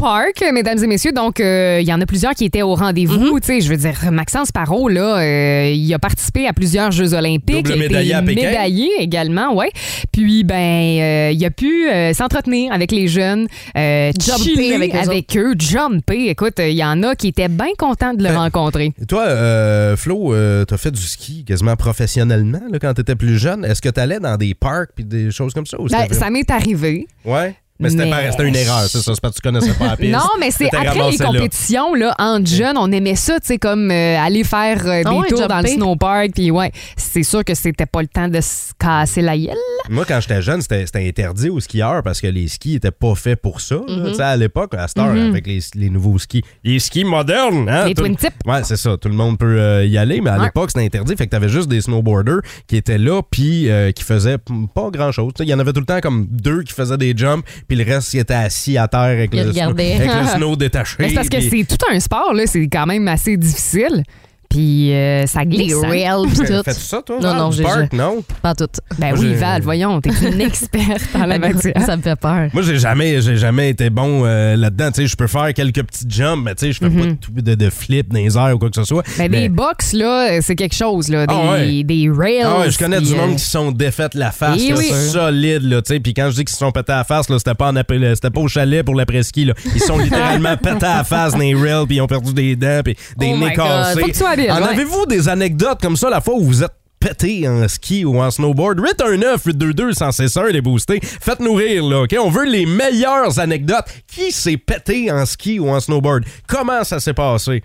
S5: mesdames et messieurs. Donc, euh, il y en a plusieurs qui étaient au rendez-vous.
S4: Mhm.
S5: Tu sais, je veux dire, Maxence Parot, là, euh, il a participé à plusieurs Jeux olympiques.
S4: Double
S5: il a été
S4: médaillé à Pékin.
S5: médaillé également, ouais. Puis, ben, euh, il a pu euh, s'entretenir avec les jeunes, euh,
S6: Jumper
S5: chiller
S6: avec
S5: avec,
S6: eux
S5: eux, jumper. Écoute, euh, il y en a qui étaient bien contents
S4: Ben,
S5: de le rencontrer.
S4: Et Toi, euh, Flo, euh, t'as fait du ski quasiment professionnellement là, quand t'étais plus jeune. Est-ce que t'allais dans des parcs puis des choses comme ça? Ou
S5: Ben,
S4: c'était-
S5: ça m'est arrivé.
S4: Ouais. Mais c'était
S5: Mais-
S4: pas- c'était une erreur, c'est ça. C'est parce que tu connaissais pas la piste.
S5: Non, mais c'est
S4: T'étais
S5: après les
S4: ramassé là.
S5: compétitions, là, entre jeunes, on aimait ça, tu sais, comme euh, aller faire euh, des
S6: Ah ouais,
S5: tours dans le
S6: jumper.
S5: snowpark. Puis, ouais, c'est sûr que c'était pas le temps de se casser la gueule.
S4: Moi, quand j'étais jeune, c'était c'était interdit aux skieurs parce que les skis étaient pas faits pour ça. là.
S5: Mhm.
S4: Tu sais, à l'époque, à cette heure, avec les, les nouveaux skis. Les skis modernes, hein?
S5: Les
S4: tout-
S5: twin tips.
S4: Ouais, c'est ça. Tout le monde peut euh, y aller, mais à
S5: Ouais.
S4: l'époque, c'était interdit. Fait que t'avais juste des snowboarders qui étaient là puis euh, qui faisaient p- pas grand-chose. Tu sais, Il y en avait tout le temps comme deux qui faisaient des jumps puis le reste, ils étaient assis à terre avec,
S6: Ils
S4: le snow,
S6: regardaient.
S4: avec le snow détaché.
S5: Mais c'est parce que
S4: puis-
S5: c'est tout un sport, là. C'est quand même assez difficile. Puis euh, ça glisse.
S6: Les
S5: hein.
S6: rails, pis
S4: Fais-
S6: tout.
S4: Fais-tu ça, toi?
S6: Non,
S4: Val,
S6: non,
S4: du
S6: j'ai-
S4: parc, non?
S6: Pas toutes.
S5: Ben
S4: Moi,
S5: oui,
S4: j'ai-
S5: Val, voyons, t'es une experte dans la matière.
S6: Ça me fait peur.
S4: Moi, j'ai jamais, j'ai jamais été bon euh, là-dedans. Tu sais, je peux faire quelques petits jumps, mais tu sais, je fais pas de tout- de, de flip dans les airs ou quoi que ce soit.
S5: Mhm. Ben,
S4: Mais-
S5: Des box, là, c'est quelque chose, là. Des,
S4: Ah ouais.
S5: des rails.
S4: Ah ouais, je connais du
S5: puis,
S4: monde
S5: euh,
S4: qui se sont défaites la face,
S5: Eh
S4: là,
S5: oui.
S4: solide, là, tu sais. Puis quand je dis qu'ils se sont pétés à la face, là, c'était pas en après- c'était pas au chalet pour l'après-ski, là. Ils se sont littéralement pétés à la face dans les rails, puis ils ont perdu des dents, puis des nez
S6: Oh my God.
S4: cassés.
S5: Faut que tu sois habile,
S4: en
S5: ouais.
S4: avez-vous des anecdotes comme ça, la fois où vous êtes pété en ski ou en snowboard? 819 822 161 les boostés. Faites-nous rire, là, OK? On veut les meilleures anecdotes. Qui s'est pété en ski ou en snowboard? Comment ça s'est passé?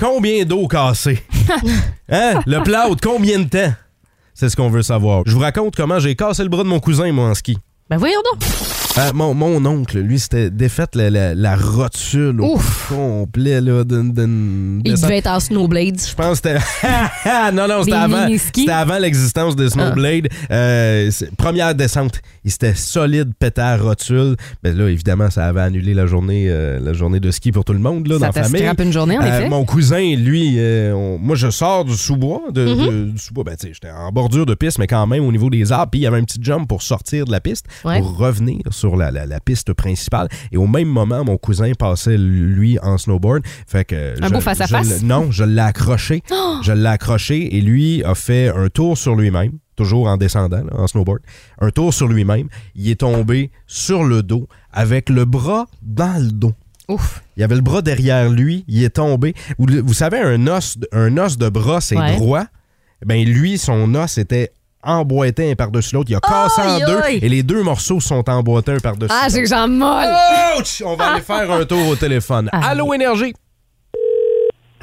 S4: Combien d'eau cassée? Hein? Le plâtre, combien de temps? C'est ce qu'on veut savoir. Je vous raconte comment j'ai cassé le bras de mon cousin, moi, en ski.
S6: Ben voyons donc.
S4: Euh, mon, mon oncle, lui, c'était défaite la, la, la rotule au complet, là, d'une- d'une
S6: Il
S4: descente.
S6: devait être en snowblades. Ah.
S4: Je pense que c'était. non, non, c'était
S5: Des
S4: avant.
S5: mini-skis? Ah.
S4: C'était avant l'existence des Snowblade. Euh, c'est- première descente. Il s'était solide, pétard, rotule. Mais là, évidemment, ça avait annulé la journée, euh, la journée de ski pour tout le monde, là,
S5: Ça
S4: dans la
S5: t'a
S4: famille.
S5: scrapé une journée, en
S4: Euh,
S5: effet.
S4: mon cousin, lui, euh, on- moi, je sors du sous-bois. De,
S5: Mm-hmm. Mhm.
S4: de- du sous-bois. Ben, tu sais, j'étais en bordure de piste, mais quand même au niveau des arbres. Puis il y avait un petit jump pour sortir de la piste,
S6: Ouais.
S4: pour revenir sur sur la, la- la piste principale. Et au même moment, mon cousin passait, lui, en snowboard. Fait que
S5: Un
S4: je-
S5: beau face-à-face?
S4: je l'ai- Non, je l'ai accroché.
S5: Oh!
S4: Je l'ai accroché et lui a fait un tour sur lui-même, toujours en descendant, là, en snowboard. Un tour sur lui-même. Il est tombé sur le dos avec le bras dans le dos.
S6: Ouf.
S4: Il avait le bras derrière lui, il est tombé. Vous, vous savez, un os, un os de bras, c'est
S6: Ouais.
S4: droit. Ben lui, son os était emboîté un par-dessus l'autre. Il a cassé en
S5: aïe,
S4: deux
S5: aïe.
S4: et les deux morceaux sont emboîtés un par-dessus
S5: Ah, j'ai les
S4: l'autre.
S5: jambes molles.
S4: Ouch! On va aller faire un tour au téléphone.
S6: Ah.
S4: Allô, Énergie?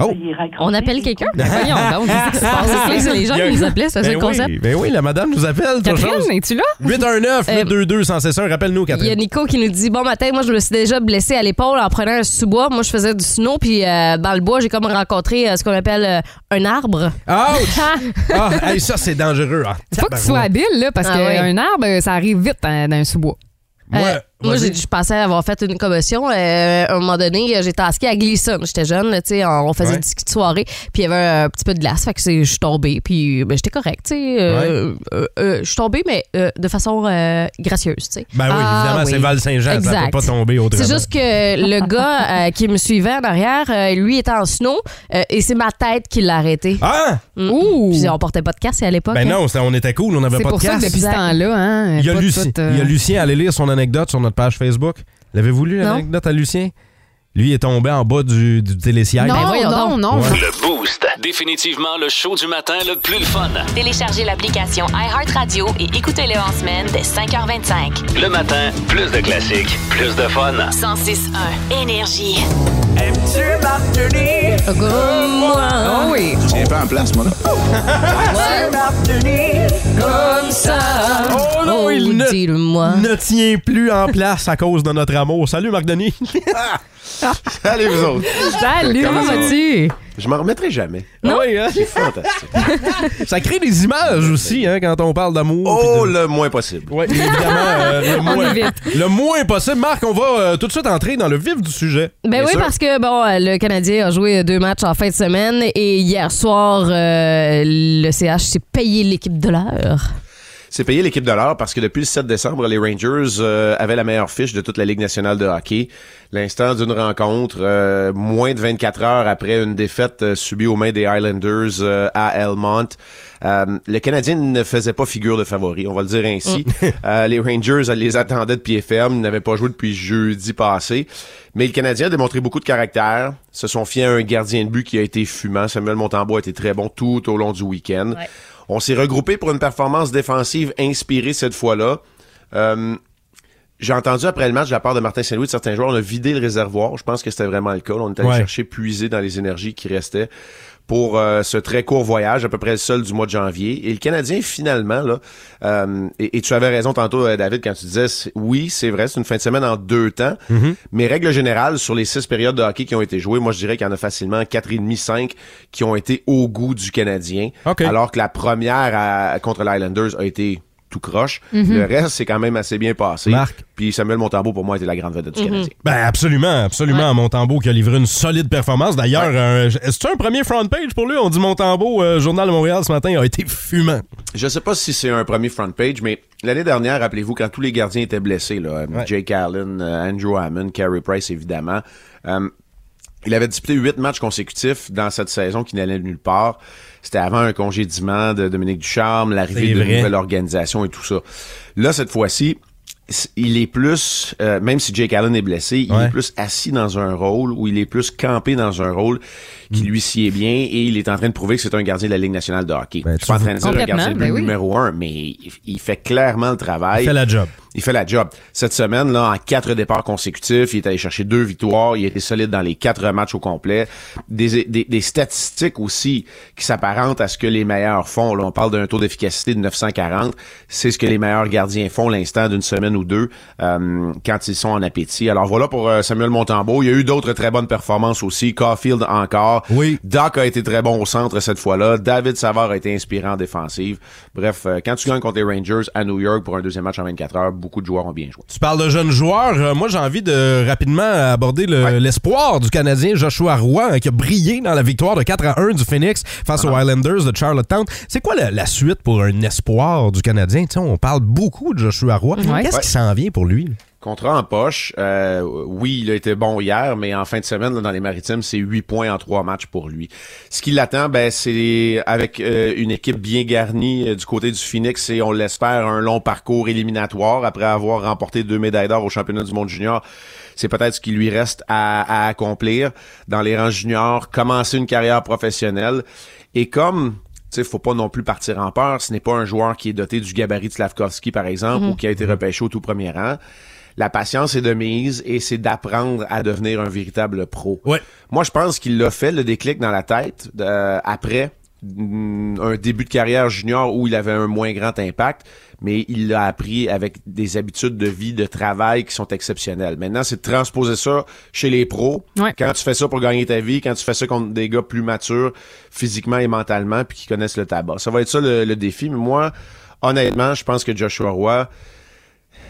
S4: Oh!
S6: On appelle quelqu'un?
S4: Ben voyons donc, qu'est-ce qui se passe?
S6: C'est ça, les gens qui nous appelaient, c'est ça
S4: Ben
S6: le
S4: oui,
S6: concept.
S4: Ben oui, la madame nous appelle. toute
S6: Catherine,
S4: chose.
S6: es-tu là?
S4: 819 822 161 rappelle-nous,
S6: Il y a
S4: Catherine.
S6: Nico qui nous dit Bon matin, moi je me suis déjà blessé à l'épaule en prenant un sous-bois. Moi je faisais du snow, puis euh, dans le bois, j'ai comme rencontré euh, ce qu'on appelle euh, un arbre.
S4: Ouch! ah, hey, ça, c'est dangereux. Ah,
S5: Faut que tu sois habile, là, parce
S6: Ah
S5: qu'un
S6: ouais.
S5: arbre, euh, ça arrive vite hein, dans un sous-bois.
S4: Moi,
S6: Euh, moi, j'ai- je pensais avoir fait une commotion. Euh, à un moment donné, j'ai tasqué à glissade. J'étais jeune, là, tu sais, on, on faisait
S4: Ouais.
S6: du ski de soirée, puis il y avait un petit peu de glace, fait que c'est- je suis tombée, puis ben, j'étais correcte, tu sais. euh, euh, euh, je suis tombée, mais euh, de façon euh, gracieuse, tu sais.
S4: Ben oui,
S5: Ah
S4: évidemment, c'est Val-Saint-Jean, ça
S6: Exact.
S4: peut pas tomber autrement.
S6: C'est juste que le gars euh, qui me suivait en arrière, euh, lui était en snow euh, et c'est ma tête qui l'a arrêté.
S4: Ah!
S6: Mm.
S5: Ouh!
S6: Puis on portait pas de casque à l'époque.
S4: Ben
S6: hein.
S4: non, c'était- on était cool, on n'avait
S5: C'est
S4: pas de
S5: pour ça que
S4: casse.
S5: depuis ce temps-là, hein,
S4: Il y, a
S5: pas de
S4: Lucien,
S5: tout, euh,
S4: il y a Lucien, allez lire son anecdote sur notre page Facebook. L'avez-vous lu,
S5: Non.
S4: l'anecdote à Lucien? Lui il est tombé en bas du, du télésiège.
S5: Non, non, non.
S4: Ouais.
S2: Le Boost. Définitivement le show du matin le plus le fun.
S1: Téléchargez l'application iHeartRadio et écoutez-le en semaine dès 5h25.
S2: Le matin, plus de classiques, plus de fun.
S1: 106.1 Énergie.
S6: Comme moi.
S5: Ah oui.
S3: Tiens pas en place, moi, là.
S6: Comme ça.
S4: Oh non, il ne,
S6: dis-le-moi.
S4: ne tient plus en place à cause de notre amour. Salut, Marc Denis.
S11: Allez, vous autres.
S4: é
S5: Salut,
S11: Comment
S5: comment
S11: ça va?
S5: vas-tu?
S11: Je m'en remettrai jamais.
S4: Oui, hein?
S11: C'est fantastique.
S4: Ça crée des images aussi hein, quand on parle d'amour.
S11: Oh,
S4: pis de-
S11: le moins possible.
S4: Ouais, évidemment, euh, le,
S5: On
S4: moins,
S5: évite.
S4: le moins possible. Marc, on va euh, tout de suite entrer dans le vif du sujet.
S6: Ben
S11: Bien
S6: oui,
S11: sûr.
S6: parce que bon, euh, le Canadien a joué deux matchs en fin de semaine et hier soir, euh, le CH s'est payé l'équipe de l'heure.
S11: C'est payé l'équipe de l'heure parce que depuis le 7 décembre, les Rangers euh, avaient la meilleure fiche de toute la Ligue nationale de hockey. L'instant d'une rencontre, euh, moins de 24 heures après une défaite euh, subie aux mains des Islanders euh, à Elmont. Euh, le Canadien ne faisait pas figure de favori, on va le dire ainsi.
S5: Mm.
S11: Euh, les Rangers euh, les attendaient de pied ferme, ils n'avaient pas joué depuis jeudi passé. Mais le Canadien a démontré beaucoup de caractère, se sont fiés à un gardien de but qui a été fumant. Samuel Montembeau a été très bon tout au long du week-end. On s'est regroupé pour une performance défensive inspirée cette fois-là. Euh, j'ai entendu après le match de la part de Martin Saint-Louis de certains joueurs, on a vidé le réservoir. Je pense que c'était vraiment le cas. On est allé
S4: Ouais.
S11: chercher, puiser dans les énergies qui restaient pour euh, ce très court voyage, à peu près le seul du mois de janvier. Et le Canadien, finalement, là, euh, et, et tu avais raison tantôt, euh, David, quand tu disais, c'est- oui, c'est vrai, c'est une fin de semaine en deux temps,
S4: Mhm.
S11: mais règle générale, sur les six périodes de hockey qui ont été jouées, moi, je dirais qu'il y en a facilement quatre et demi, cinq qui ont été au goût du Canadien,
S4: OK.
S11: alors que la première à- contre les Islanders a été tout croche. Le reste, c'est quand même assez bien passé.
S4: Mhm. Marc.
S11: Puis Samuel Montembeau, pour moi, était la grande vedette du Canadien.
S4: Ben absolument, absolument. Montembeau qui a livré une solide performance. D'ailleurs, euh, est-ce que c'est un premier front page pour lui? On dit Montembeau, euh, Journal de Montréal ce matin, a été fumant.
S11: Je sais pas si c'est un premier front page, mais l'année dernière, rappelez-vous, quand tous les gardiens étaient blessés, là, euh,
S4: Ouais.
S11: Jake Allen, euh, Andrew Hammond, Carey Price, évidemment, euh, il avait disputé huit matchs consécutifs dans cette saison qui n'allait nulle part. C'était avant un congédiement de Dominique Ducharme,
S4: C'est
S11: l'arrivée d'une
S4: vrai.
S11: nouvelle organisation et tout ça. Là, cette fois-ci, s- il est plus, euh, même si Jake Allen est blessé, il
S4: Ouais.
S11: est plus assis dans un rôle ou il est plus campé dans un rôle
S4: Mm.
S11: qui lui sied bien et il est en train de prouver que c'est un gardien de la Ligue nationale de hockey.
S4: Ben,
S11: Je suis pas en
S4: tu-
S11: train de dire un
S5: Complètement,
S11: gardien de but
S5: ben oui.
S11: numéro un, mais il, il fait clairement le travail.
S4: Il fait la job.
S11: Il fait la job. Cette semaine, là, en quatre départs consécutifs, il est allé chercher deux victoires. Il a été solide dans les quatre matchs au complet. Des, des- des statistiques aussi qui s'apparentent à ce que les meilleurs font. Là, on parle d'un taux d'efficacité de 940. C'est ce que les meilleurs gardiens font l'instant d'une semaine ou deux euh, quand ils sont en appétit. Alors voilà pour euh, Samuel Montembeau. Il y a eu d'autres très bonnes performances aussi. Caulfield encore.
S4: Oui.
S11: Doc a été très bon au centre cette fois-là. David Savard a été inspirant en défensive. Bref, euh, quand tu gagnes contre les Rangers à New York pour un deuxième match en 24 heures, beaucoup de joueurs ont bien joué.
S4: Tu parles de jeunes joueurs. Euh, moi, j'ai envie de rapidement aborder le- l'espoir du Canadien Joshua Roy hein, qui a brillé dans la victoire de 4 à 1 du Phoenix face aux Islanders de Charlottetown. C'est quoi la, la suite pour un espoir du Canadien? Tu sais, on parle beaucoup de Joshua Roy.
S5: Ouais.
S4: Qu'est-ce qui s'en vient pour lui?
S11: Contrat en poche. Euh, oui, il a été bon hier, mais en fin de semaine, là, dans les maritimes, c'est 8 points en 3 matchs pour lui. Ce qui l'attend, ben, c'est avec euh, une équipe bien garnie euh, du côté du Phoenix et on l'espère un long parcours éliminatoire après avoir remporté deux médailles d'or au championnat du monde junior. C'est peut-être ce qui lui reste à, à accomplir dans les rangs juniors, commencer une carrière professionnelle. Et comme il faut pas non plus partir en peur. Ce n'est pas un joueur qui est doté du gabarit de Slavkovski, par exemple,
S12: Mhm.
S11: ou qui a été repêché au tout premier rang. La patience est de mise et c'est d'apprendre à devenir un véritable pro. Moi, je pense qu'il l'a fait, le déclic dans la tête, euh, après mm, un début de carrière junior où il avait un moins grand impact, mais il l'a appris avec des habitudes de vie, de travail qui sont exceptionnelles. Maintenant, c'est de transposer ça chez les pros. Quand tu fais ça pour gagner ta vie, quand tu fais ça contre des gars plus matures physiquement et mentalement, puis qui connaissent le tabac. Ça va être ça le, le défi. Mais moi, honnêtement, je pense que Joshua Roy,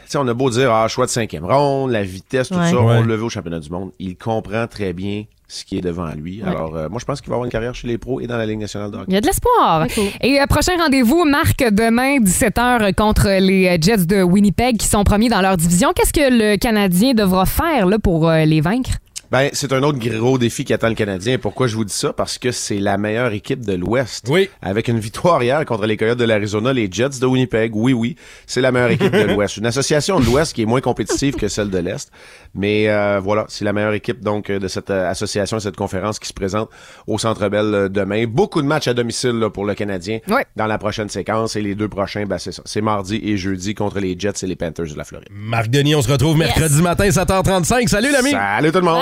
S11: tu sais, on a beau dire, ah, choix de cinquième ronde, la vitesse, tout
S13: Ouais.
S11: ça,
S13: Ouais.
S11: on l'a vu au championnat du monde. Il comprend très bien ce qui est devant lui.
S5: Ouais.
S11: Alors, euh, moi, je pense qu'il va avoir une carrière chez les pros et dans la Ligue nationale de hockey.
S5: Il y a de l'espoir. Et euh, prochain rendez-vous, Marc, demain, 17h, contre les euh, Jets de Winnipeg qui sont premiers dans leur division. Qu'est-ce que le Canadien devra faire là, pour euh, les vaincre?
S11: Ben, c'est un autre gros défi qui attend le Canadien. Pourquoi je vous dis ça? Parce que c'est la meilleure équipe de l'Ouest. Oui. Avec une victoire hier contre les Coyotes de l'Arizona, les Jets de Winnipeg. Oui, oui. C'est la meilleure équipe de l'Ouest. Une association de l'Ouest qui est moins compétitive que celle de l'Est. Mais euh, voilà, c'est la meilleure équipe donc euh, de cette euh, association et cette conférence qui se présente au Centre Bell euh, demain. Beaucoup de matchs à domicile là, pour le Canadien dans la prochaine séquence. Et les deux prochains, ben, c'est ça. C'est mardi et jeudi contre les Jets et les Panthers de la Floride.
S4: Marc Denis, on se retrouve mercredi matin, 7h35. Salut l'ami!
S11: Salut tout le monde!